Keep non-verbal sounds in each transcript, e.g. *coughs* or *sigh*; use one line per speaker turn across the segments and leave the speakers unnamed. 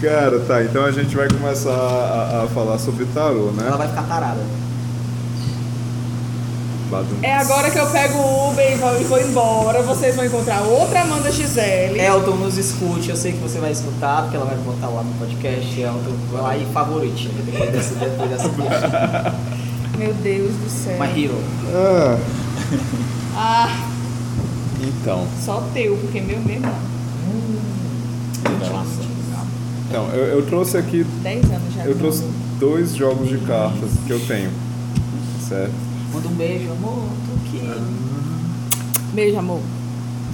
Cara, tá, então a gente vai começar a, a falar sobre tarô,
Ela
né?
vai ficar tarada.
Badum.
É agora que eu pego o Uber e vou, e vou embora. Vocês vão encontrar outra Amanda Gisele.
Elton, nos escute. Eu sei que você vai escutar, porque ela vai botar lá no podcast. Elton, vai lá e favorite. né? Depois dessa, depois dessa podcast. É.
Meu Deus do céu.
Uma hero.
Ah,
*laughs* Ah,
Então,
só teu, porque meu mesmo.
então, eu, eu trouxe aqui,
10 anos já. é
eu trouxe dois jogos de cartas que eu tenho, certo?
Manda um beijo, amor. Tu que...
Beijo, amor.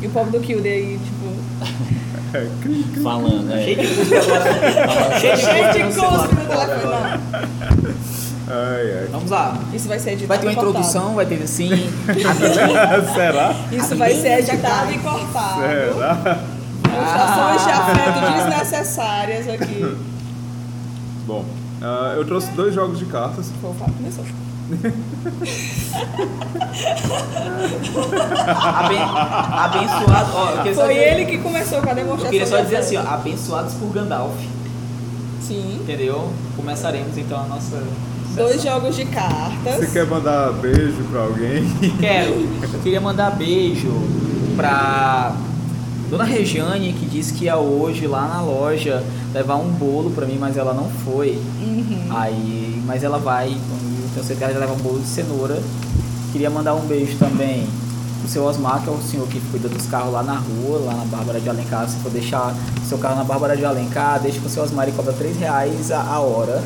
E o povo do Kilde aí, tipo.
falando, é.
Cheio de cuspe agora. Cheio de
Cheio
cuspe no
de
celular.
cuspe no telefone.
Ai,
Vamos lá.
Não, Isso vai ser editado.
Vai ter uma
e cortado.
introdução, vai ter assim.
ai. *laughs* Será?
Isso vai ser editado e cortado.
Será?
Demonstrações
Ah.
de afeto desnecessárias aqui.
Bom, ah, eu trouxe dois jogos de cartas.
Pô, o papo começou.
Aben... Abençoado. Ó, eu queria só
Foi
dizer-
ele que começou com a demonstração.
Eu queria só
de
dizer assim,
afeto.
ó, abençoados por Gandalf.
Sim.
Entendeu? Começaremos então a nossa.
Dois
sessão.
jogos de cartas.
Você quer mandar beijo pra alguém?
*laughs*
Quero. Eu queria mandar beijo pra Dona Regiane, que disse que ia hoje lá na loja levar um bolo pra mim, mas ela não foi.
Uhum.
Aí, mas ela vai, eu tenho certeza que ela leva um bolo de cenoura. Queria mandar um beijo também pro seu Osmar, que é o senhor que cuida dos carros lá na rua, lá na Bárbara de Alencar. Se for deixar seu carro na Bárbara de Alencar, deixa com o seu Osmar e cobra 3 reais a, a hora.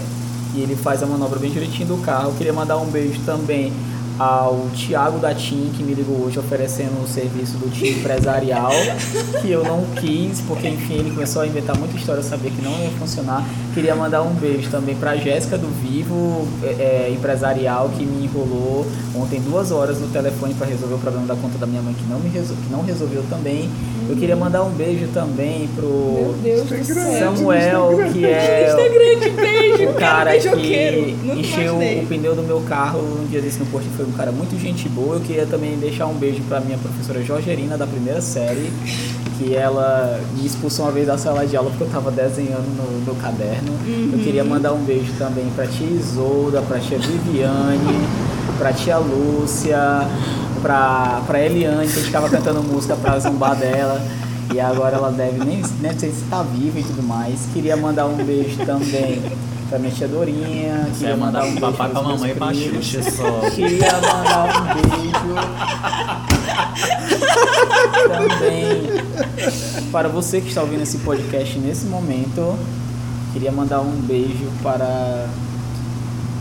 E ele faz a manobra bem direitinho do carro. Queria mandar um beijo também ao Thiago da TIM, que me ligou hoje oferecendo o serviço do TIM empresarial, *laughs* que eu não quis, porque enfim, ele começou a inventar muita história, eu sabia que não ia funcionar. Queria mandar um beijo também pra Jéssica do Vivo, é, é, empresarial, que me enrolou ontem duas horas no telefone para resolver o problema da conta da minha mãe, que não, me resol que não resolveu também. Eu queria mandar um beijo também pro
Uhum. Meu Deus do céu.
Samuel, que é
Está grande beijo,
o cara que
beijoqueiro. Nunca
encheu o
imaginei.
pneu do meu carro um dia desse no posto foi um cara muito gente boa. Eu queria também deixar um beijo pra minha professora Jorgerina da primeira série, que ela me expulsou uma vez da sala de aula porque eu tava desenhando no, no caderno. Eu queria mandar um beijo também pra tia Isolda, pra tia Viviane, pra tia Lúcia, pra, pra Eliane, que a gente tava cantando música pra zombar dela. E agora ela deve nem, nem sei se tá viva e tudo mais. Queria mandar um beijo também pra minha tia Dorinha.
Você
Queria
ia mandar um
beijo
papai
pros
pra
meus
mamãe e pra
primos.
Xuxa só.
Queria mandar um beijo também um para você que está ouvindo esse podcast nesse momento. Queria mandar um beijo para.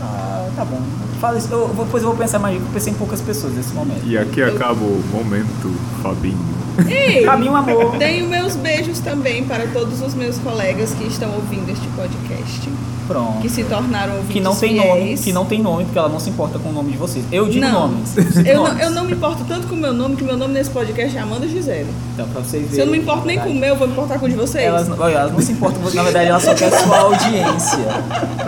Ah, tá bom. Fala isso. Eu, vou- depois eu vou pensar mais. Eu pensei em poucas pessoas nesse momento.
E aqui acaba o momento, Fabinho.
Ei,
Caminho amor.
tenho meus beijos também para todos os meus colegas que estão ouvindo este podcast,
Pronto.
que se tornaram ouvintes
Que não tem nome,
fiéis.
que não tem nome, porque ela não se importa com o nome de vocês. Eu digo
Não.
nomes. Eu, cito
Eu não,
nomes.
eu não me importo tanto com o meu nome, que meu nome nesse podcast é Amanda Gisele.
Então, pra vocês
Se eu não me
verem,
importo nem com o
verdade.
meu, eu vou me importar com o de vocês.
Elas, não- olha, elas não se importam, na verdade ela só quer sua audiência.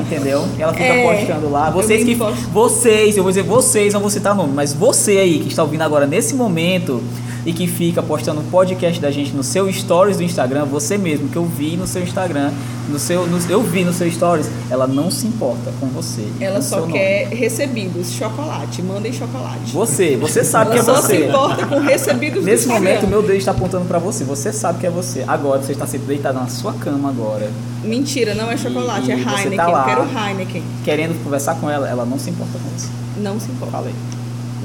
Entendeu? Ela fica
É,
postando lá. Vocês
eu me
que.
importo.
Vocês, eu vou dizer vocês, não vou citar nome, mas você aí que está ouvindo agora nesse momento e que fica postando o podcast da gente no seu stories do Instagram, você mesmo, que eu vi no seu Instagram, no seu, no- eu vi no seu stories, ela não se importa com você. e
Ela
com
só
seu nome.
quer recebidos, chocolate. Mandem chocolate.
Você, você sabe
Ela
que é
só
você.
se importa com recebidos
Nesse
do
momento,
Instagram.
meu Deus está apontando pra você. Você sabe que é você. Agora, você está sendo deitado na sua cama agora,
Mentira, não é chocolate,
E-
é
e você tá
Heineken.
lá.
eu quero Heineken.
querendo conversar com ela. Ela não se importa com você.
Não se importa.
Falei.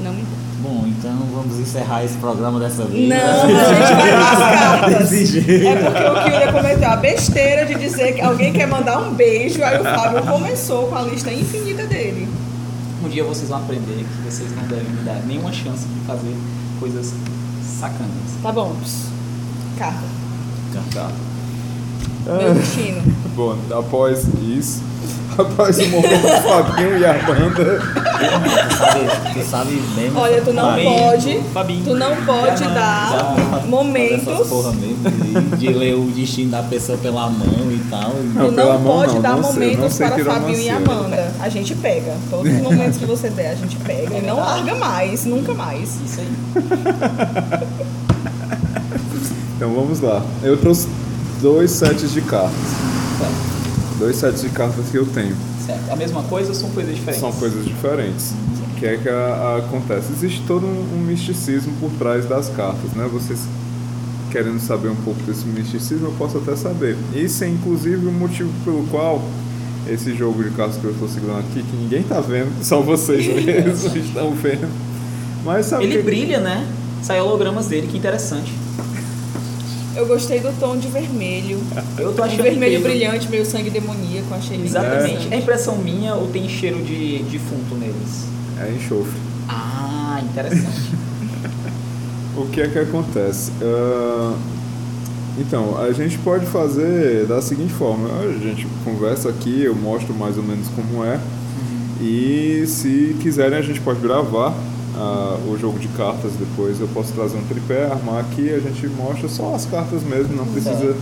Não me importa.
Bom, então vamos encerrar esse programa dessa vez.
Não, a gente vai nas cartas. É porque o Kilda cometeu a besteira de dizer que alguém quer mandar um beijo, aí o Fábio começou com a lista infinita dele.
Um dia vocês vão aprender que vocês não devem me dar nenhuma chance de fazer coisas sacanas.
Tá bom. Ps. Carta.
Tá.
Meu destino.
Bom, após isso, *laughs* após o
*laughs*
momento do Fabinho e a banda,
Tu sabe, tu sabe mesmo.
Olha,
Tá.
tu não
Fabinho,
pode.
Fabinho.
Tu não pode
Já,
dar
já, fazer essas
momentos
porra mesmo, de, de ler o destino da pessoa pela mão e tal.
Não,
Tu
pela
não
mão
pode
não,
dar
não sei, não
momentos
sei
para
tirar
Fabinho e
macia.
Amanda. A gente pega. Todos os momentos que você der, a gente pega. E não larga mais, nunca mais.
Isso aí.
Então vamos lá. Eu trouxe dois sets de cartas.
Certo,
Dois sets de cartas que eu tenho.
certo. A mesma coisa ou são coisas diferentes?
São coisas diferentes. O que é que a- a- acontece? Existe todo um, um misticismo por trás das cartas, né? Vocês querendo saber um pouco desse misticismo, eu posso até saber. Isso é inclusive o motivo pelo qual esse jogo de cartas que eu estou segurando aqui, que ninguém tá vendo, só vocês mesmos estão vendo. Mas sabe
Ele
que...
brilha, né? Sai hologramas dele, que interessante.
Eu gostei do tom de vermelho.
Eu tô
Um
achando
vermelho
incrível.
brilhante, meio sangue demoníaco, achei bem
Exatamente. É
interessante.
impressão minha ou tem cheiro de defunto neles?
É enxofre.
Ah, *laughs* interessante.
O que é que acontece? Ah, então, a gente pode fazer da seguinte forma: a gente conversa aqui, eu mostro mais ou menos como é,
Uhum.
e se quiserem, a gente pode gravar ah, o jogo de cartas depois. Eu posso trazer um tripé, armar aqui, a gente mostra só as cartas mesmo, não precisa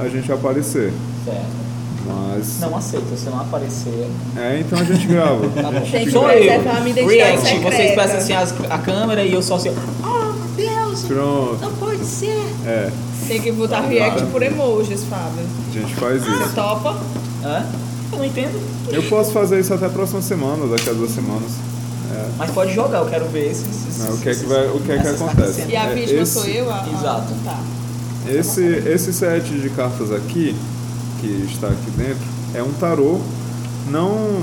a gente aparecer.
certo.
Mas.
Não aceito, se não aparecer.
É, então a gente grava.
*laughs* Tá bom.
Tem É que
Sou eu.
preservar a minha identidade
React,
secreta.
vocês prestam assim as- a câmera e eu só assim.
Pronto.
Não pode ser.
É,
Tem que botar react por emojis, Fábio.
a gente faz
Ah,
Você
isso.
topa?
Hã? Eu não entendo.
Eu posso fazer isso até a próxima semana, daqui a duas semanas. É.
Mas pode jogar, eu quero ver esses.
Né,
esses-
o que é que, vai, o que, é que
essas
acontece?
cartas
E a
É,
vítima
esse,
sou eu? A... a-
Exato.
Tá.
Esse, esse set de cartas aqui, que está aqui dentro, é um tarô não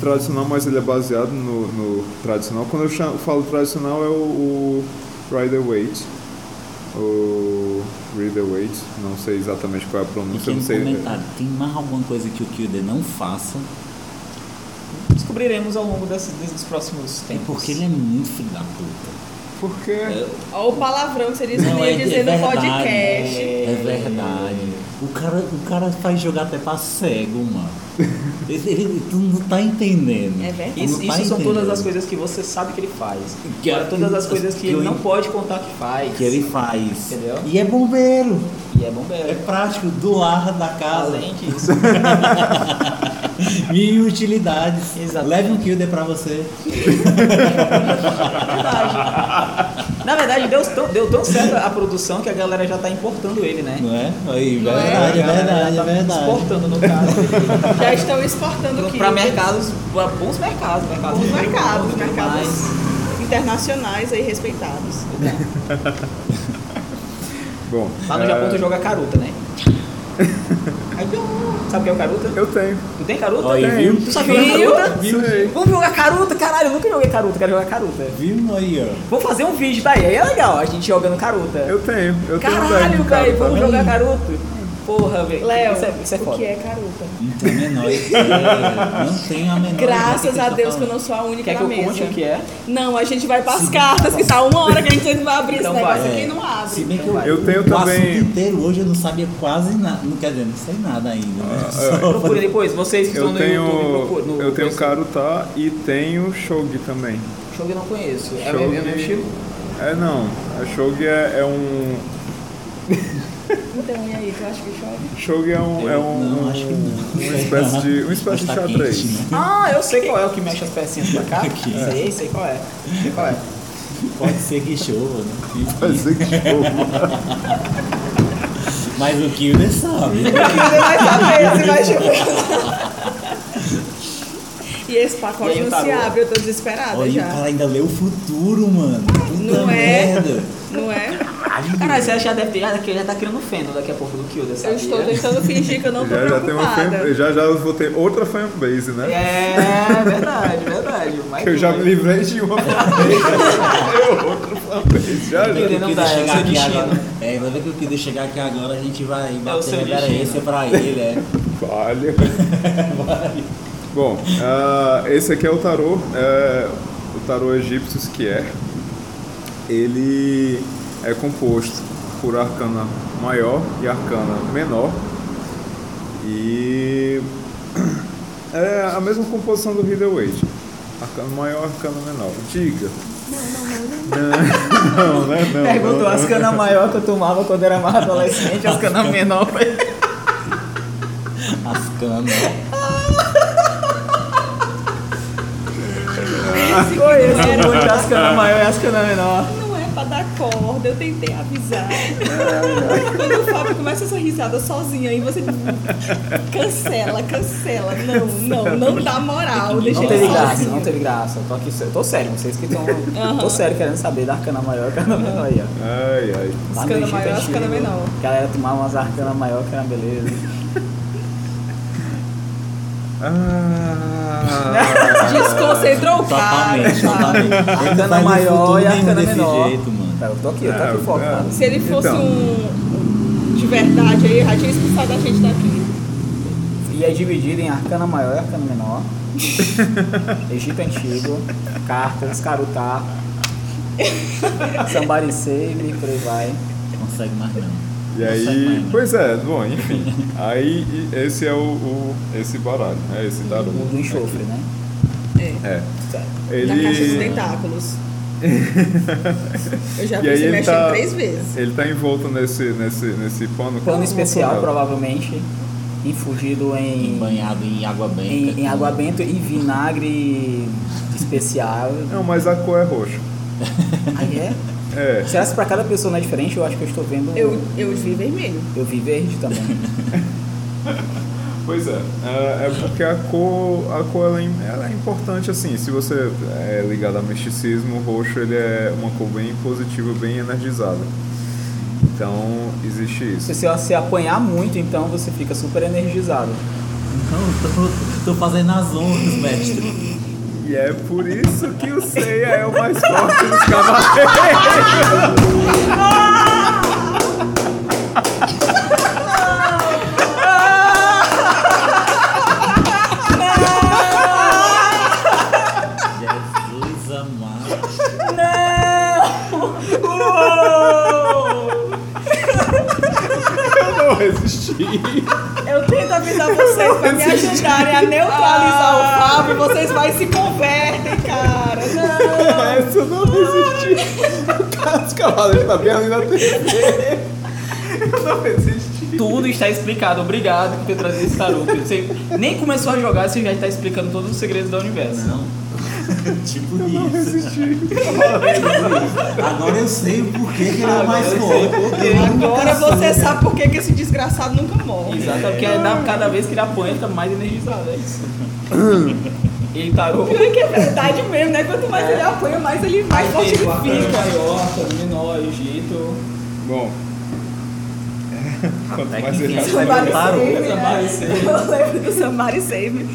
tradicional, mas ele é baseado no, no tradicional. Quando eu chamo- falo tradicional é o, o Rider Waite. O Rider Waite, não sei exatamente qual é a
E
pronúncia,
tem
não
um
sei.
comentário,
é.
tem mais alguma coisa que o Kilder não faça?
Descobriremos ao longo desse- desses próximos
É
tempos.
porque ele é muito filho da puta.
Porque
É,
Olha o palavrão que você disse
não, é, é
dizer no
verdade,
podcast.
É verdade. O cara, o cara faz jogar até pra cego,
*laughs*
mano. Ele, ele- tu não tá entendendo.
É verdade.
Tu
Isso,
não tá
isso são todas
entendendo.
as coisas que você sabe que ele faz.
Que-
Agora, todas as coisas que
que
ele
eu-
não pode contar que faz.
que ele faz.
Entendeu?
E é bombeiro.
E é bombeiro.
É prático, do ar da casa.
Além disso. é
Mil utilidades.
Exato.
Leve um Kilder pra você.
Na verdade, deu tão, deu tão certo a produção que a galera já tá importando ele, né?
Não é? Aí,
Não
verdade, é
A galera
verdade,
já tá
verdade.
Exportando, *laughs* no caso.
Já estão exportando
pra
quilômetros.
mercados, pra bons mercados. mercados
Bons mercados,
bons
mercados.
demais.
internacionais aí respeitados.
Bom.
Lá no
é,
Japão tu joga caruta,
*laughs*
né? Aí, ó, Sabe o que é o caruta?
Eu tenho.
Tu tem caruta?
Aí, viu?
Tu sabe jogar
Viu?
caruta?
Sei.
Vamos jogar caruta? Caralho, eu nunca joguei caruta, quero jogar caruta.
Viu aí, ó.
Vou fazer um vídeo daí, aí é legal, a gente jogando caruta.
Eu tenho. Eu
Caralho,
tenho
velho,
tá?
vamos jogar caruto? Porra, velho.
Léo,
isso é, isso é
o que
foda.
é caruta?
Então, menor ideia. Não tenho a menor
Graças a Deus que eu
não
não sou a única
tá Quer que
na
eu
mesa.
conte o que é?
Não, a gente vai pras cartas, que *laughs* tá uma hora que a gente vai abrir
Então
esse
vai.
negócio aqui e não
Se
abre.
bem que eu,
Eu tenho
o
também-
assunto inteiro hoje eu não sabia quase nada. Não quer dizer, não sei nada ainda. Né? Só
Procure depois, vocês que estão
Eu
no
tenho,
YouTube,
um-
procure. No,
eu tenho
coisa.
Karutá e tenho Shogi também.
Show que eu não conheço. É o
Shogi-
mesmo
*laughs*
estilo?
É não, a Shogi é, é um...
Então, e aí, tu acha que chove?
Shogi é um... É um
não, acho que não.
Uma espécie de, uma espécie de
Mas tá
xadrez.
quente, né?
Ah, eu sei qual é o que mexe as pecinhas pra cá.
Aqui.
Sei, sei qual é. Sei qual é.
Pode ser que chova, né?
Parece que chove.
Mas o Kilder sabe. né?
*laughs*
Você vai saber se vai chover. E esse pacote
E aí, tá o
não se
tarô?
abre, eu tô desesperada
Olha, o
já.
cara ainda lê o futuro, mano. Puta
Não é?
merda.
Não é?
Caralho, você já deve ter. Já, já tá criando feno daqui a pouco do Kilda,
Eu
sabia?
estou tentando fingir que eu não tô
Já, já, tem uma
preocupada.
fan, já já eu vou ter outra fanbase, né?
É, verdade, verdade. Mas
Que eu já me
tudo bem.
livrei de uma fanbase. É. *laughs* eu outra fanbase. Já, já.
Ele não dá,
chegar
é o seu
aqui
destino.
agora. É, vai ver que o Kilder chegar aqui agora, a gente vai bater
seu
reverência
destino.
pra ele, é.
*laughs* Valeu. Bom, ah, esse aqui é o tarô, é, o tarô egípcios que é. Ele é composto por arcana maior e arcana menor. E *clears throat* é a mesma composição do Rider Waite. Arcano maior, arcano menor. Diga. Não, não, não. Não, né? Não, não,
Perguntou as canas maior que eu tomava quando era mais adolescente, as canas menor. *laughs*
As canas.
Tá
Conheço as canas maior e as canas menor.
Não é pra dar corda, eu tentei avisar. Quando o Fábio começa essa risada sozinho aí, você cancela, cancela. Não, não, não dá moral. Deixa
Não
ele
teve graça,
sozinho.
não teve graça. Tô aqui, sé- tô sério, vocês que estão. Tô
Aham.
sério querendo saber da arcana maior e arcana menor aí, ó.
Ai, ai.
Lá no
Arcana
Egito,
maior,
a gente
arcana
viu,
menor.
a Galera tomava umas arcana maior que era beleza.
*laughs* Ah,
Desconcentrou o cara.
Totalmente, totalmente.
A
Não
arcana
faz no
maior
futuro
e a
nenhum
arcana
desse
menor.
jeito, mano.
Tá, Eu tô aqui, eu tô
É,
aqui focado.
Se ele fosse
Então.
um de verdade aí, já tinha expulsado a gente daqui.
E é dividido em arcana maior e arcana menor. Egito Antigo, cartas, carutá, sambariceibe e por aí vai.
Consegue mais não.
E aí, pois é, bom, enfim. Aí e- esse é o, o- esse baralho, né? Esse tarô.
O do enxofre, né?
É.
É.
Certo.
Da caixa dos
Ele *laughs*
tentáculos. eu já
E
vi
aí
você
ele
mexendo
tá-
três vezes.
ele tá envolto nesse nesse nesse pano
Plano especial,
provavelmente.
provavelmente, infundido em,
Banhado em água benta.
em, em
com-
água benta e vinagre especial.
Não, mas a cor é roxa.
Aí é?
É.
Será que pra cada pessoa não é diferente? Eu acho que eu estou vendo...
Eu, eu vi vermelho.
eu vi verde também.
Pois é, é, é porque a cor, a cor ela, é im- ela é importante assim, se você é ligado ao misticismo, o roxo ele é uma cor bem positiva, bem energizada. Então existe isso.
Se você se apanhar muito, então você fica super energizado.
Não, tô, tô fazendo as ondas, mestre.
E é por isso que o Seiya é o mais forte dos cavaleiros.
Jesus amado.
Eu não resisti.
Eu tento avisar vocês pra me ajudarem a neutralizar o
Ah.
Fábio. Vocês vai se convertem, cara. Não.
Essa eu não resisti. O cara dos cavaleiros tá bem ali na TV. Eu não resisti.
Tudo está explicado. Obrigado por ter trazido esse tarô. Pedro. Você nem começou a jogar, você já está explicando todos os segredos do universo.
Não. *laughs* tipo
Eu não
isso. *laughs*
resisti.
Agora eu sei o porquê que ele é o mais
Agora eu sei
forte.
Agora você sabe por que, que esse desgraçado nunca morre.
Exato, é porque aí dá- cada vez que ele apanha, ele fica mais energizado. É isso. Hum. Ele tarou.
Pior é que é verdade mesmo, né? Quanto mais ele apanha, mais ele vai
Aí teve o
fortifica.
arcanjo maior, arcanjo menor, Egito.
Bom. Quanto
Até
mais
que
ele
enfim,
raspa-
você vai pro tarô.
Samari
Samari Save, né?
Save.
Eu lembro do Samari Save.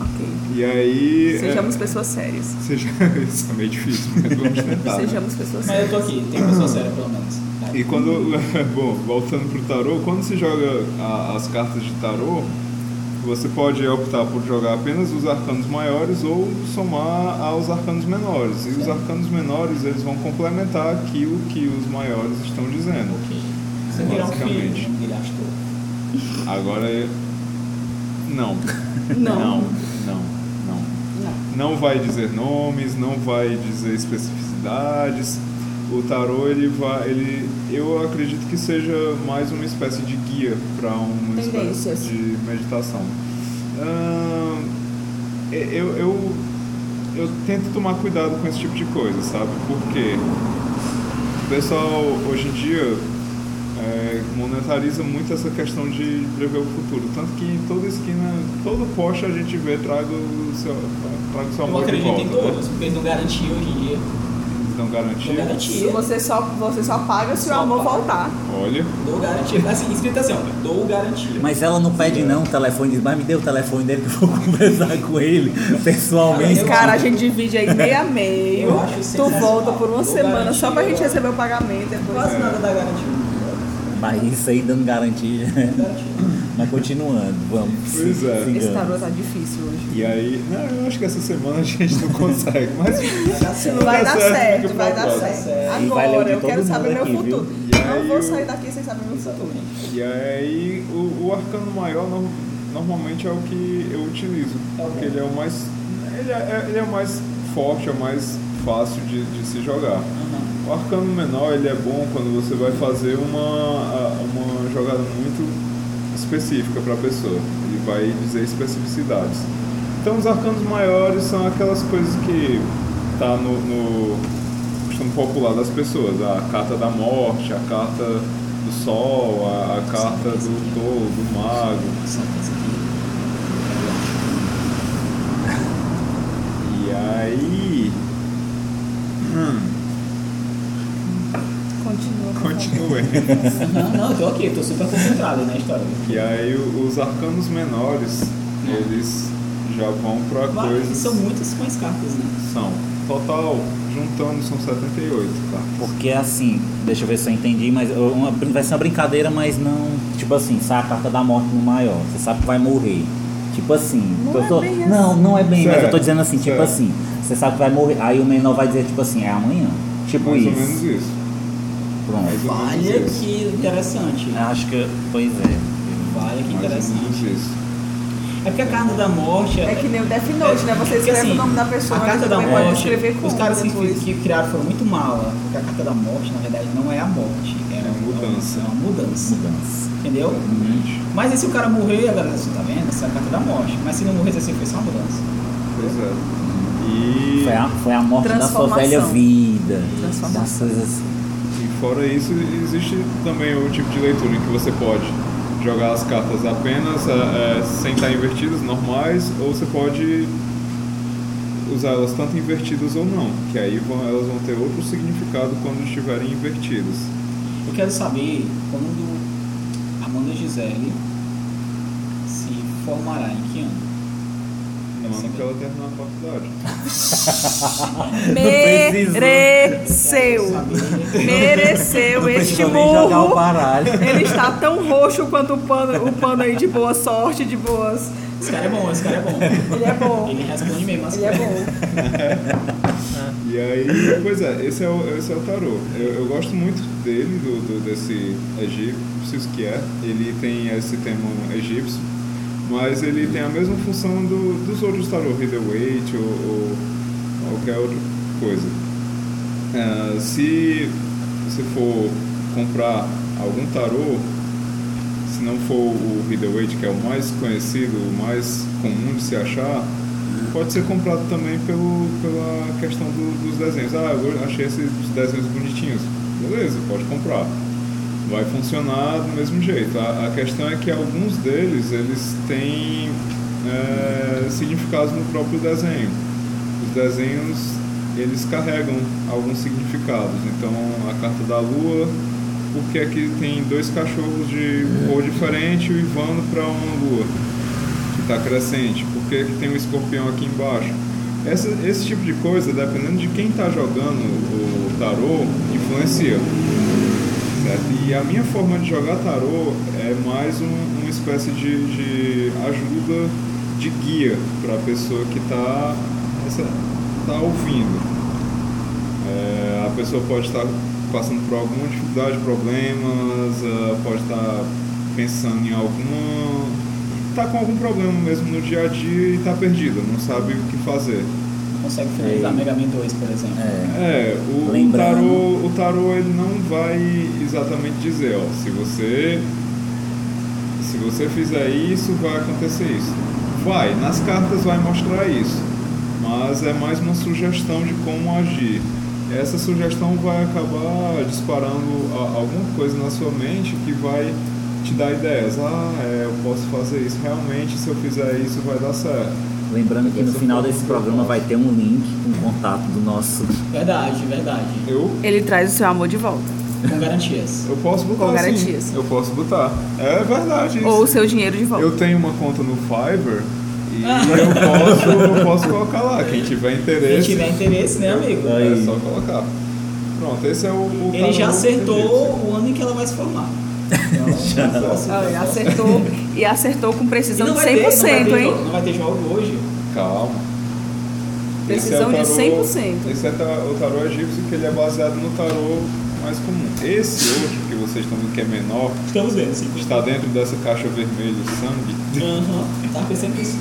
Ok.
E
É.
aí.
Sejamos pessoas sérias.
é, seja- *laughs* isso é meio difícil, mas vamos tentar. né?
Sejamos pessoas
Tá. Mas eu
sérias.
tô aqui, tem pessoa séria pelo menos.
E quando. *laughs* Bom, voltando pro tarô, quando se joga a- as cartas de tarô, você pode optar por jogar apenas os arcanos maiores ou somar aos arcanos menores. E os arcanos menores eles vão complementar aquilo que os maiores estão dizendo.
Você quer um
Basicamente.
filho, ele achou.
Agora é. Não.
Não.
Não, não, não.
Não.
Não vai dizer nomes, não vai dizer especificidades. O tarô ele vai, ele, eu acredito que seja mais uma espécie de guia para uma espécie
Tendências.
de meditação. Ahn, é, eu, eu, eu tento tomar cuidado com esse tipo de coisa, sabe? Porque o pessoal hoje em dia é, monetariza muito essa questão de prever o futuro. Tanto que em toda esquina, todo poste a gente vê, traga o seu, traga o seu
Eu
amor de
acredito
volta.
em
né?
todos, porque eles não garantiam hoje em dia.
Não garantia?
Não garantia.
Se Você só, você só paga se o
Só
amor
paga.
voltar.
Olha.
Dou garantia. Assim, escrito assim, ó. Dou garantia.
Mas ela não pede não o telefone, diz, mas me dê o telefone dele que eu vou *laughs* conversar com ele pessoalmente.
Eu é.
Cara, a gente divide aí meio a meio.
Eu acho tá
Tu
sensacional.
volta por uma
Vou
semana só pra
garantir,
gente
eu-
receber o pagamento depois.
Quase nada dá garantia.
Mas isso aí dando garantia.
Garantia.
Mas continuando, vamos.
Pois é.
Esse
sigamos.
tarô tá difícil hoje.
E aí, não, eu acho que essa semana a gente não *laughs* consegue, mas
Vai dar certo.
É.
Dá certo,
Vai dar certo,
fica
vai dar
preocupado.
certo.
E vai ler o
Agora
de
eu
todo
quero
mundo
saber meu
aqui,
futuro.
viu? E
Não
aí
vou
eu-
sair daqui sem saber meu futuro.
E aí, o, o arcano maior no- normalmente é o que eu utilizo, porque ele é o mais, ele é, ele é o mais forte, é o mais fácil de, de se jogar. O arcano menor ele é bom quando você vai fazer uma, a- uma jogada muito específica para a pessoa. Ele vai dizer especificidades. Então os arcanos maiores são aquelas coisas que tá no, no costuma consumo popular das pessoas. A carta da morte, a carta do sol, a, a carta do touro, do mago.
Só pensa que-
E aí. *laughs* Hum,
Continua. por
continue.
Não, não, eu tô aqui, eu tô super concentrado na história.
e aí o- os arcanos menores, eles já vão pra
Mas
coisas.
são muitas mais cartas, né?
São. Total, juntando, são 78, tá?
Porque assim, deixa eu ver se eu entendi, mas eu- uma, brin- vai ser uma brincadeira, mas não. Tipo assim, sai a carta da morte no maior. Você sabe que vai morrer. Tipo assim.
Não
tô-
é
tô-
bem
não,
assim.
não é bem, mas eu tô
Certo,
dizendo assim, tipo
certo.
assim, você sabe que vai morrer. Aí o menor vai dizer, tipo assim, é amanhã. Tipo
Mais ou
isso.
menos isso. Mais
Pronto.
ou menos
Olha
isso.
é que interessante.
Ah,
Acho que. Pois é.
Olha
Mais
que
ou menos
interessante.
isso.
É porque a carta da morte.
É que nem o Death Note, né? Você
Porque,
escreve
assim,
o nome da pessoa, né?
A
mas
carta
você
da
também pode
morte,
escrever
os
como
caras assim, que,
depois.
que criaram foram muito mala. Porque a carta da morte, na verdade, não é a morte. É,
É uma mudança.
É uma mudança.
Mudança.
Entendeu?
Exatamente.
Mas e se o cara morrer, a galera assim, tá vendo? Essa é a carta da morte. Mas se não morrer, assim, foi só uma mudança.
Pois é. E,
Foi a, foi a morte da sua
Transformação.
velha vida.
Transformação.
Essas coisas.
e fora isso, existe também o tipo de leitura em que você pode jogar as cartas apenas eh, eh, sem estar invertidas, normais, ou você pode usar elas tanto invertidas ou não, que aí vão, elas vão ter outro significado quando estiverem invertidas.
Eu quero saber quando Amanda Gisele se formará, em que ano?
No ano é que ela terminar a faculdade.
precisou.
Eu
Mereceu.
quero saber.
*laughs* Mereceu
Não
este
precisa nem jogar o
burro.
baralho.
*laughs* Ele está tão roxo quanto o pano, o pano aí de boa sorte, de boas.
Esse cara é bom, esse cara é bom.
Ele é bom.
Ele responde mesmo. as
Ele é
coisas.
bom.
E aí, pois é, esse é o, esse é o tarô. Eu, eu gosto muito dele, do, do- desse egípcio que é. Ele tem esse tema egípcio, mas ele tem a mesma função do, dos outros tarô, Riddleweight ou, ou qualquer outra coisa. Ah, se você for comprar algum tarô, se não for o Riddleweight, que é o mais conhecido, o mais comum de se achar, pode ser comprado também pelo, pela questão do- dos desenhos. Ah, eu achei esses desenhos bonitinhos. Beleza, pode comprar. Vai funcionar do mesmo jeito. A, a questão é que alguns deles, eles têm é, significados no próprio desenho. Os desenhos, eles carregam alguns significados. Então, a carta da lua porque aqui tem dois cachorros de cor diferente uivando para uma lua que está crescente, porque que tem um escorpião aqui embaixo. Essa- esse tipo de coisa, dependendo de quem está jogando o tarô, influencia. Certo? E a minha forma de jogar tarô é mais um- uma espécie de, de ajuda, de guia para a pessoa que está tá ouvindo. É, a pessoa pode estar passando por alguma dificuldade, problemas, ah, pode estar pensando em alguma. está com algum problema mesmo no dia a dia e está perdida, não sabe o que fazer.
Não consegue finalizar Mega Man 2, por exemplo.
É.
É, o, o
Lembrando.
tarô, o tarô ele não vai exatamente dizer, ó, se você se você fizer isso, vai acontecer isso. Vai, nas cartas vai mostrar isso, mas é mais uma sugestão de como agir. Essa sugestão vai acabar disparando a- alguma coisa na sua mente que vai te dar ideias. Ah, é, eu posso fazer isso. Realmente, se eu fizer isso, vai dar certo.
Lembrando que no final desse programa vai ter um link com o contato do nosso.
Verdade, verdade.
Eu
Ele traz o seu amor de volta.
Com garantias.
Eu posso botar
Com
sim.
garantias.
Eu posso botar. É verdade isso.
Ou o seu dinheiro de volta.
Eu tenho uma conta no Fiverr e eu posso, eu posso colocar lá. Quem tiver
Quem
interesse,
tiver interesse, né, amigo?
é
Aí.
só colocar. Pronto, esse é o. o
Ele já
tarô
acertou
egípcio.
o ano em que ela vai se *laughs* formar. Então, posso-
Ah, ele acertou e acertou com
E
precisão
não
de
vai ter- não vai
100%,
ter
hein?
jogo, Não vai ter jogo hoje.
Calma. Esse é
Precisão de
tarô-
100%.
Esse é ta- o tarô egípcio que ele é baseado no tarô mais comum. Esse outro que vocês estão vendo que é menor,
Estamos vendo, sim.
está dentro dessa caixa vermelha, o sangue.
Aham, Tava pensando nisso.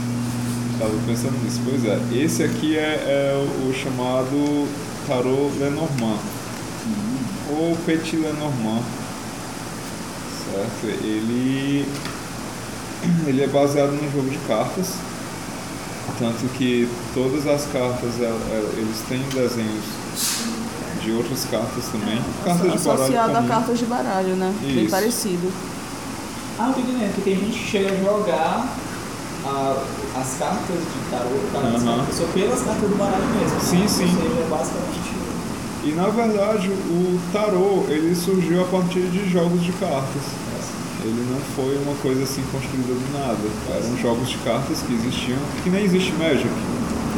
Estava pensando nisso, pois é. Esse aqui é, é o, o chamado tarô Lenormand. Ou Petit Lenormand. Certo? Ele, ele é baseado num jogo de cartas. Tanto que todas as cartas el- el- eles têm desenhos de outras cartas também. Cartas de baralho
Associado a
também.
cartas de baralho, né? Bem
Isso.
parecido.
Ah, eu tô entendendo, porque tem gente que chega a jogar a- as cartas de tarô, cartas
Aham.
cartas, só pelas cartas do baralho mesmo. né?
Sim,
Ou
sim.
seja, é basicamente.
E na verdade o tarô ele surgiu a partir de jogos de cartas. Ele não foi uma coisa assim construída do nada. Eram jogos de cartas que existiam, que nem existe Magic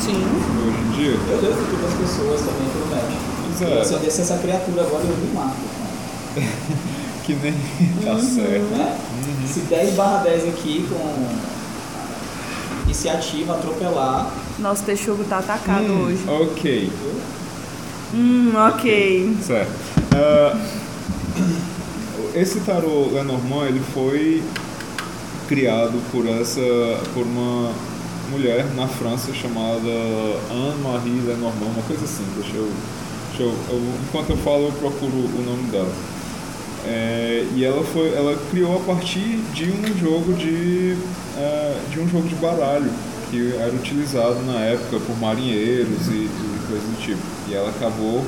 Sim.
hoje em dia.
Eu já fico com as pessoas também pelo médico.
Pois
É. Se eu
é,
desse essa criatura agora, eu me mato.
que nem *laughs* tá certo.
Né?
Uhum.
Se 10 barra 10 aqui com iniciativa, atropelar,
Nosso texugo tá atacado hoje.
Ok,
Hum, ok.
certo. Ah, esse tarô Lenormand ele foi criado por essa por uma mulher na França chamada Anne-Marie Lenormand, uma coisa assim. Deixa eu, deixa eu, eu- enquanto eu falo eu procuro o nome dela. É, e ela foi, ela criou a partir de um jogo de ah, de um jogo de baralho que era utilizado na época por marinheiros e, e coisas do tipo. E ela acabou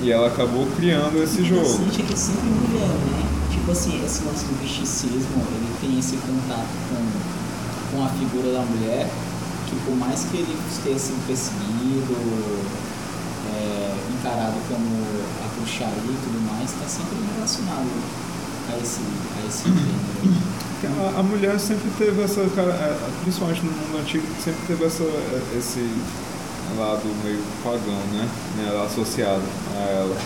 e ela acabou criando esse jogo.
Assim, que sempre mulher, né? Tipo assim, esse lance do misticismo, ele tem esse contato com, com a figura da mulher, que por mais que ele tenha sido perseguido, é, encarado como a bruxaria e tudo mais, está sempre relacionado a esse, a esse
*coughs*
gênero.
A, a mulher sempre teve essa cara, é, principalmente no mundo antigo, sempre teve essa, é, esse lado meio pagão, né? Né, Associado a ela.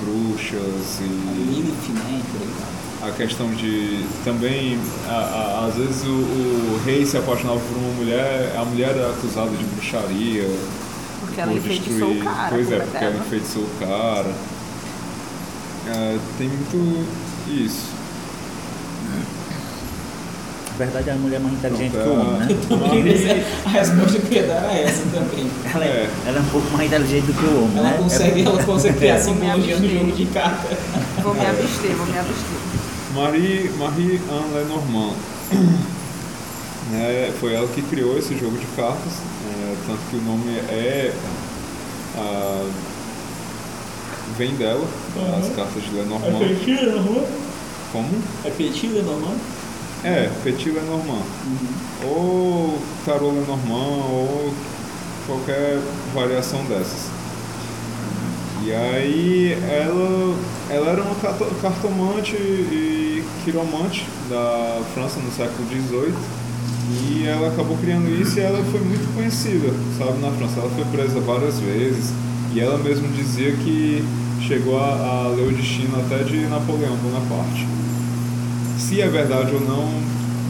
Bruxas
A
e
Lilith, né? e por aí vai.
a questão de também, a- a- às vezes o, o rei se apaixonava por uma mulher, a mulher era acusada de bruxaria,
Porque ela
por
enfeitiçou o cara.
Pois é,
puta
porque ela
dela.
enfeitiçou o cara. É, tem muito isso.
Na verdade, a mulher é mais inteligente que o
Pronto, é
homem, né?
*laughs*
A resposta que eu ia dar era essa também.
Ela é, ela é um pouco mais inteligente do que o homem,
Ela
né? *laughs*
consegue, ela consegue
É.
criar
Eu me
simbologia no
abstei.
jogo de carta.
Vou me abster, vou me abster.
Marie, Marie Anne Lenormand. *clears throat* né, foi ela que criou esse jogo de cartas, né, tanto que o nome é. ah, vem dela, das cartas de Lenormand.
Petila, não
Como?
é? É Petila, não
É, Petit Lenormand. Ou Tarô Lenormand, ou qualquer variação dessas. E aí ela, ela era uma carto- cartomante e quiromante da França no século XVIII. E ela acabou criando isso e ela foi muito conhecida, sabe, na França. Ela foi presa várias vezes e ela mesma dizia que chegou a, a ler o destino até de Napoleão Bonaparte. Se é verdade ou não,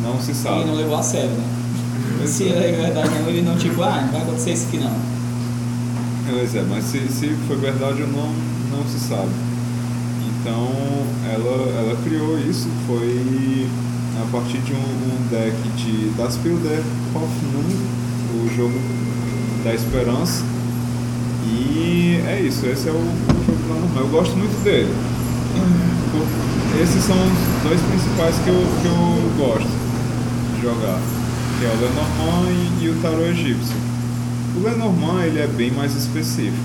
não se
Ele
sabe.
não levou a sério, né? Se ele é verdade não, ele não, tipo, ah, não vai acontecer isso aqui não.
Pois é, mas se, se foi verdade ou não, não se sabe. Então ela, ela criou isso, foi a partir de um, um deck de Das Pilder Hoffnung, o jogo da esperança. E é isso, esse é o, o jogo lá no Eu gosto muito dele. Por- Esses são os dois principais que eu, que eu gosto de jogar, que é o Lenormand e, e o Tarot Egípcio. O Lenormand ele é bem mais específico.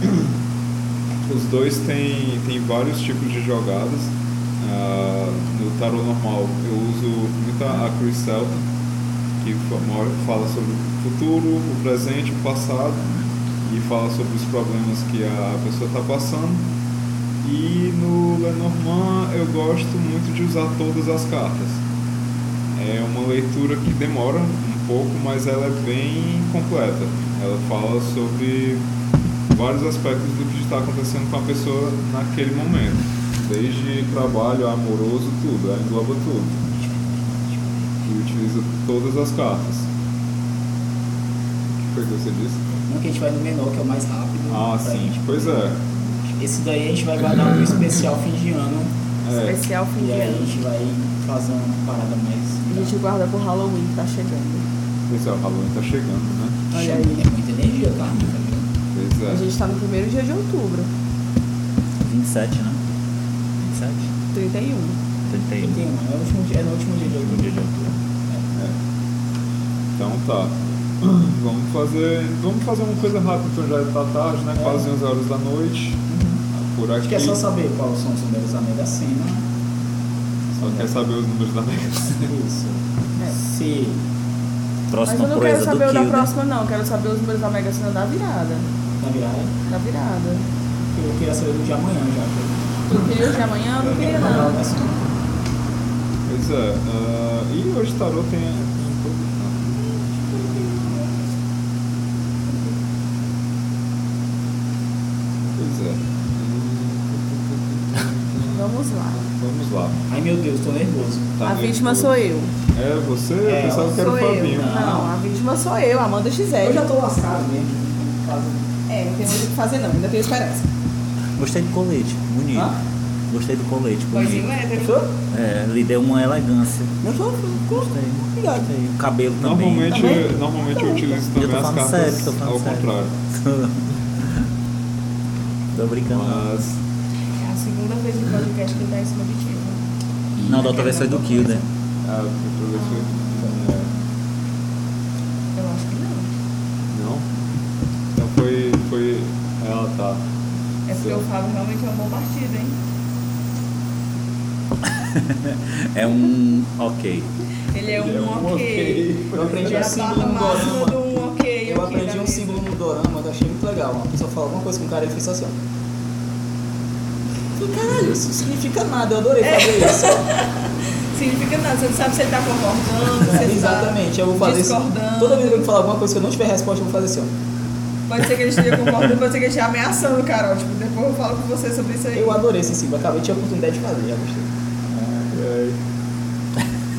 *clears throat* Os dois têm, têm vários tipos de jogadas. Ah, no tarot normal eu uso muito a a Cruz Celta, que fa- mo- fala sobre o futuro, o presente, o passado né? e fala sobre os problemas que a pessoa está passando. E no Lenormand eu gosto muito de usar todas as cartas. É uma leitura que demora um pouco, mas ela é bem completa. Ela fala sobre vários aspectos do que está acontecendo com a pessoa naquele momento. Desde trabalho, amoroso, tudo. Ela engloba tudo. E utiliza todas as cartas. O que foi que você disse?
Não que a gente vai no menor, que é o mais rápido.
Ah,
pra
sim.
gente.
Pois é.
Esse daí a gente vai guardar um especial fim de ano.
É.
Especial fim
E
de
aí a
ano.
gente vai fazer uma parada
A
mais.
gente guarda pro Halloween, tá chegando.
Pois é, o Halloween tá chegando, né?
Olha
Chama-
aí.
É muita energia, tá?
Pois
A
é.
gente tá no primeiro dia de outubro,
27, né? 27?
31.
31.
Tem um, é, o último dia, é no último dia de
Segundo
outubro.
dia de outubro.
é. Então tá. Vamos fazer, vamos fazer uma coisa rápida, então já está tarde, né? Quase 11 horas da noite.
Uhum.
Por aqui.
Acho que é só saber quais são os números da Mega Sena.
Só quer saber os números da mesa.
Isso. É
Mas
Se
eu
Próxima
não quero
proeza do
saber o da
Kill, né?
próxima, não. Eu Quero saber os números da Mega Sena da virada.
na virada,
Da virada.
tá eu queria saber do de amanhã já.
Tu queria hoje de amanhã? Eu não queria, não.
Assim,
Pois é. ah, e hoje o tarô tem. Pois é.
Vamos lá.
Vamos lá.
Ai meu Deus, tô nervoso.
Tá
a
nervoso.
vítima sou eu.
É, você?
É,
eu pensava que era o
sou eu.
Fabinho.
Não, a vítima sou eu, Amanda Gisele.
É, Eu já tô lascado mesmo. Faz-
É, não tem muito o que fazer, não. Ainda tenho esperança.
Gostei do colete, bonito.
Hã?
Gostou Gostei do colete, bonito.
né?
Coisinho hétero.
Fechou?
É, lhe deu uma elegância.
Eu sou
Gostei. Gostei. O cabelo também.
Normalmente,
Também.
normalmente eu utilizo
Eu tô
também as
falando
cartas
sério, tô falando
ao
sério.
contrário.
Tô
Então,
brincando.
Mas
É a segunda vez no podcast que ele tá em cima de ti. né?
Não, da outra vez foi do Kilder.
Ah, é, eu ver se
Eu acho que não.
Não? Então foi. foi... Ela tá.
É porque o Fábio realmente é um bom partido, hein?
É um. Ok.
Ele é um,
Ele é um
ok.
ok.
Eu aprendi
Ele é
um
a
símbolo
barra
no
máxima do
dorama.
um ok.
Eu
aqui
aprendi
na
um
mesa.
símbolo no dorama que eu achei muito legal. Uma pessoa falou alguma coisa com o cara e eu fiz assim, ó. Falei, Caralho, isso não significa nada, eu adorei
É.
fazer isso.
*laughs* Significa nada, você não sabe se ele tá concordando, se ele
Exatamente,
tá
eu vou fazer isso.
discordando.
Toda vez que eu falar alguma coisa que eu não tiver resposta, eu vou fazer assim, ó.
Pode ser que ele esteja concordando, pode ser que ele esteja ameaçando, Carol. Tipo, depois eu falo com você sobre isso aí.
Eu adorei esse símbolo, acabei de ter a oportunidade de fazer, já gostei.
*laughs*
*laughs*
É.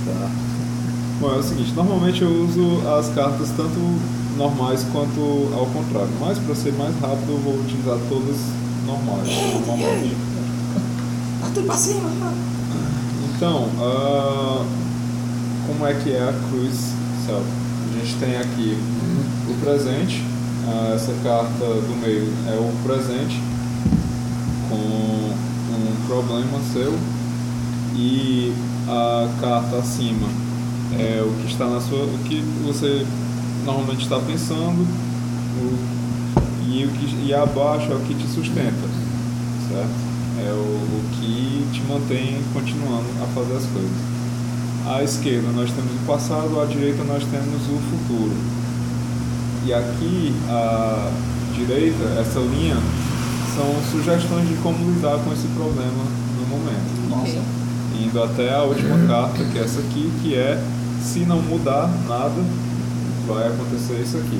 Tá. Bom, é o seguinte, normalmente eu uso as cartas tanto normais quanto ao contrário. Mas pra ser mais rápido eu vou utilizar todas normais. Normalmente.
Tá tudo pra cima.
Então, ah, como é que é a cruz céu? A gente tem aqui o presente, ah, essa carta do meio é o presente com um problema seu e a carta acima é o que está na sua, o que você normalmente está pensando o, e o que e abaixo é o que te sustenta certo? É o, o que te mantém continuando a fazer as coisas. À esquerda nós temos o passado, à direita nós temos o futuro. E aqui à direita, essa linha, são sugestões de como lidar com esse problema no momento.
Nossa.
Indo até a última carta, que é essa aqui, que é se não mudar nada, vai acontecer isso aqui.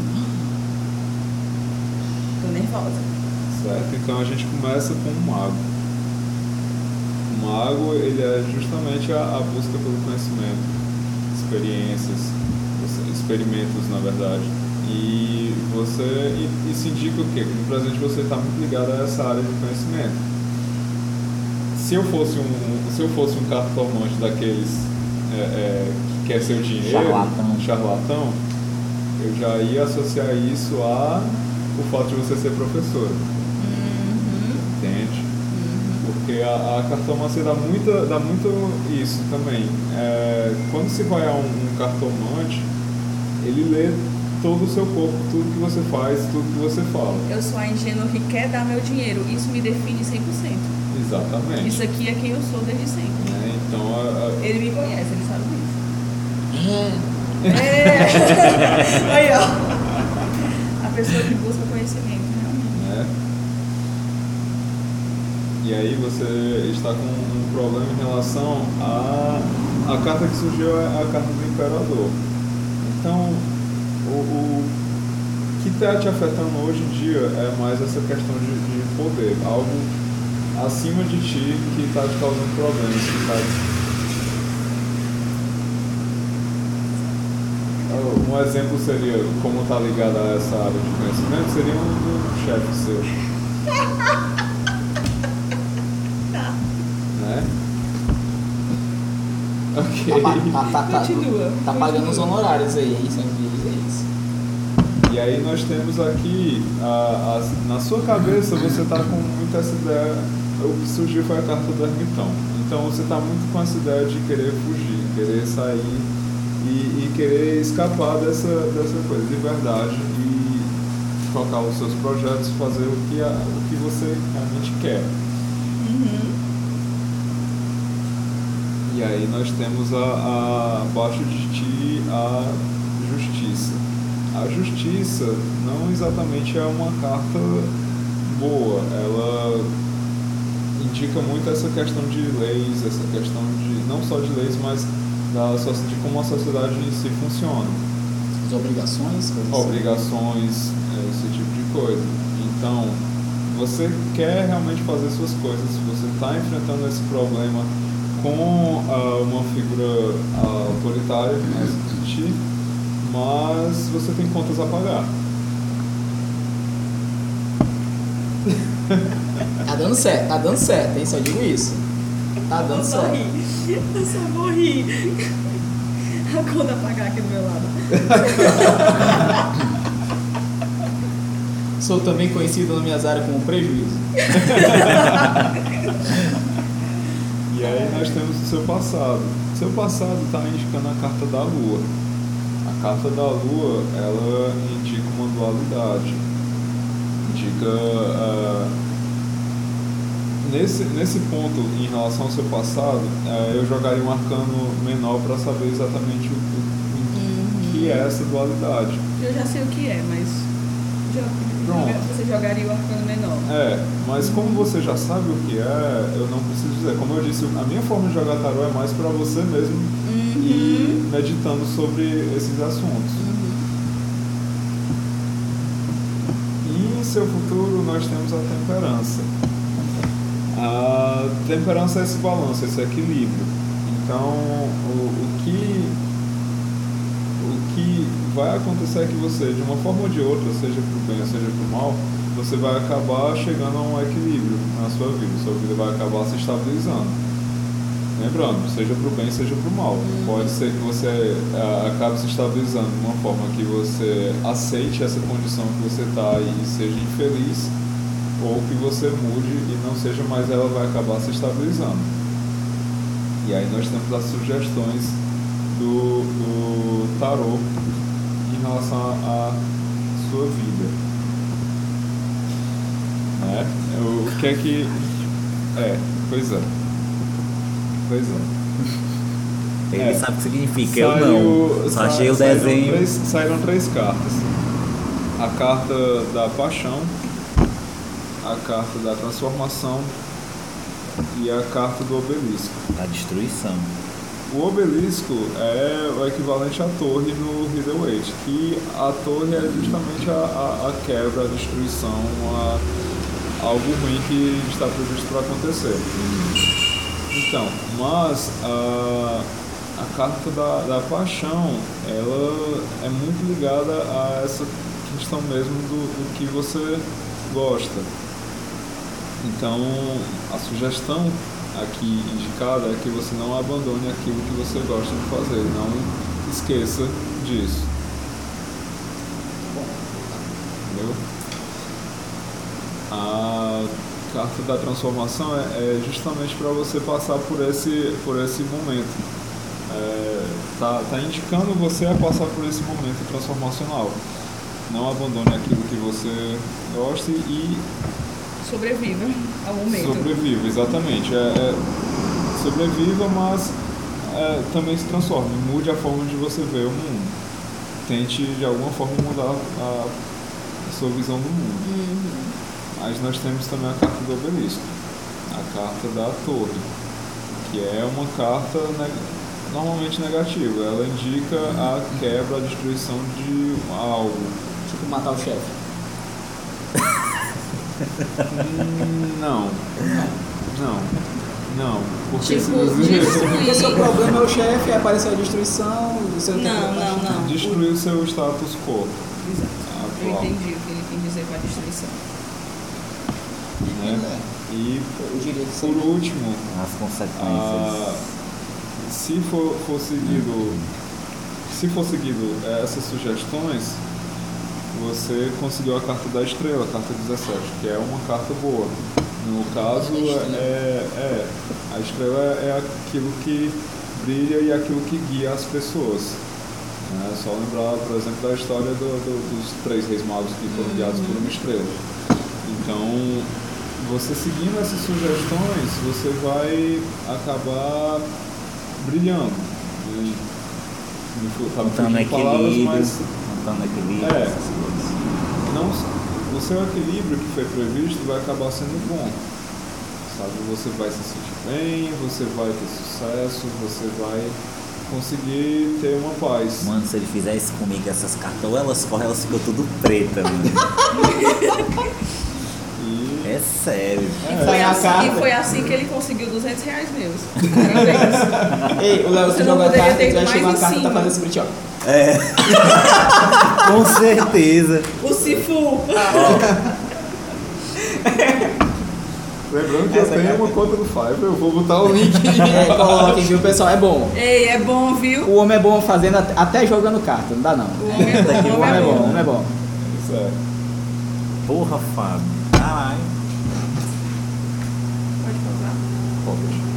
Tô nervosa.
Certo? Então a gente começa com um mago. O mago ele é justamente a, a busca pelo conhecimento, experiências, você- experimentos na verdade. E você e, isso indica o quê? Que no presente você está muito ligado a essa área de conhecimento. Se eu fosse um, se eu fosse um cartomante daqueles é, é, que quer seu dinheiro,
Charlatão.
charlatão, eu já ia associar isso a o fato de você ser professora. Entende? Porque a, a cartomancia dá, muita, dá muito isso também. É, quando se vai a um, um cartomante, ele lê todo o seu corpo, tudo que você faz, tudo que você fala.
Eu sou a ingênua que quer dar meu dinheiro. Isso me define 100%.
Exatamente.
Isso é aqui é quem eu sou desde sempre.
Né? Então, a- a-
Ele me conhece, ele sabe disso.
Ah.
É. *laughs* Aí, ó. A pessoa que busca conhecimento, realmente.
né? E aí você está com um problema em relação à a carta que surgiu é a carta do imperador. Então, o, o que está te afetando hoje em dia é mais essa questão de, de poder, algo acima de ti que está te causando problemas, que tá está Um exemplo seria, como está ligado a essa área de conhecimento, seria um, um chefe seu. né?
Tá, pa-
Ok.
tá- tá- tá-
Continua,
tá pagando
continua.
os honorários aí, hein? Sem dizer
é
isso.
E aí nós temos aqui, a- a- na sua cabeça você está com muito essa ideia, o que surgiu foi a tá carta do ermitão. Então você está muito com essa ideia de querer fugir, querer sair e, e querer escapar dessa, dessa coisa de verdade e focar os seus projetos, fazer o que, a, o que você realmente quer. E aí nós temos a, a- abaixo de ti a justiça. A justiça não exatamente é uma carta boa, ela indica muito essa questão de leis, essa questão de não só de leis, mas da, soci- de como a sociedade em si funciona
As obrigações, coisas assim.
obrigações, eh, esse tipo de coisa. Então, você quer realmente fazer suas coisas, se você está enfrentando esse problema com ah, uma figura ah, autoritária, mais de ti, mas você tem contas a pagar.
Tá dando certo, tá dando certo, hein? Só digo isso. Tá
Eu
dando
só
certo.
ri. Eu só vou rir. A conta apagar aqui do meu lado.
Sou também conhecido na minha área como prejuízo.
E aí nós temos o seu passado. O seu passado está indicando a carta da lua. A carta da lua, ela indica uma dualidade. Indica. ah, nesse, nesse ponto, em relação ao seu passado, ah, eu jogaria um arcano menor para saber exatamente o, o- o que é essa dualidade.
Eu já sei o que é, mas.
Pronto.
joga- Você jogaria o arcano menor.
É, mas como você já sabe o que é, eu não preciso dizer. Como eu disse, a minha forma de jogar tarô é mais pra você mesmo
Uhum.
e meditando sobre esses assuntos. E em seu futuro nós temos a temperança. A temperança é esse balanço, esse equilíbrio. Então, o, o que o que vai acontecer é que você, de uma forma ou de outra, seja pro bem ou seja pro mal, você vai acabar chegando a um equilíbrio na sua vida. Sua vida vai acabar se estabilizando. Lembrando, Né, seja pro bem, seja pro mal. Pode ser que você ah, acabe se estabilizando de uma forma que você aceite essa condição que você está e seja infeliz, ou que você mude e não seja mais ela vai acabar se estabilizando. E aí nós temos as sugestões do, do tarô em relação à sua vida. Né? O, o que é que. É, pois é. Pois é.
Ele
É.
sabe o que significa, eu não. Só
sa-
achei o
saíram
desenho.
Três, saíram três cartas: a carta da paixão, a carta da transformação e a carta do obelisco.
A destruição.
O obelisco é o equivalente à torre no Riddleweight, que a torre é justamente a, a- a quebra, a destruição, a- algo ruim que está previsto para acontecer. Então, mas a, a carta da, da paixão, ela é muito ligada a essa questão mesmo do, do que você gosta. Então, a sugestão aqui indicada é que você não abandone aquilo que você gosta de fazer, não esqueça disso. Entendeu? A carta da transformação é, é justamente para você passar por esse, por esse momento. É, tá, tá indicando você a passar por esse momento transformacional. Não abandone aquilo que você gosta e
Sobreviva ao momento.
Sobreviva, exatamente. É, é, sobreviva, mas é, também se transforme. Mude a forma de você vê o mundo. Tente, de alguma forma, mudar a, a sua visão do mundo.
Uhum.
Mas nós temos também a carta do obelisco. A carta da torre. Que é uma carta ne- normalmente negativa. Ela indica a quebra, a destruição de algo.
Tipo, matar o chefe.
Hum, Não. Não. Não. Porque se
Tipo,
você
Porque seu
destruir.
problema é o chefe, aí apareceu a destruição, você não tem
Não,
problema.
não, não.
destruir o seu status quo
Exato. Eu
Atual.
entendi o que ele quis dizer com a destruição.
né? E
Eu diria que
por
sim.
último,
As consequências.
ah, se for, for seguido se for seguido eh, essas sugestões, você conseguiu a carta da estrela, a carta 17, que é uma carta boa. No caso, é, é, a estrela é aquilo que brilha e aquilo que guia as pessoas. né? É só lembrar, por exemplo, da história do- do- dos três reis magos que foram guiados por uma estrela. Então, você seguindo essas sugestões, você vai acabar brilhando. né? E, me fu- tá me
Contando
fugindo palavras,
equilíbrio.
mas
Contando equilíbrio.
É.
essas coisas.
não, o seu equilíbrio que foi previsto vai acabar sendo bom. Sabe? Você vai se sentir bem, você vai ter sucesso, você vai conseguir ter uma paz.
Mano, se ele fizer isso comigo, essas cartas, ou elas correm, elas ficam tudo preta, mano.
E
É sério.
E foi,
Sai a
assim,
carta.
e foi assim que ele conseguiu 200 reais meus. Parabéns.
Ei, o Léo,
Você
você
não
joga a
poderia
carta,
ter
tu vai
mais
chamar
em
a carta e tá
cima.
fazendo esse brinde, ó.
É.
Com certeza.
o Sifu.
lembrando que eu
Essa
tenho
carta.
uma conta do Fiverr, eu vou botar o link.
É, coloquem, viu, pessoal? É bom.
Ei, é bom, viu?
O homem é bom fazendo até, até jogando carta, não dá não.
O homem é
Puta que
bom, o
O
homem
homem
é
é
pariu.
bom.
bom, o homem é bom.
Isso é.
Porra, Fábio. Caralho.
Pode comprar.
Pode.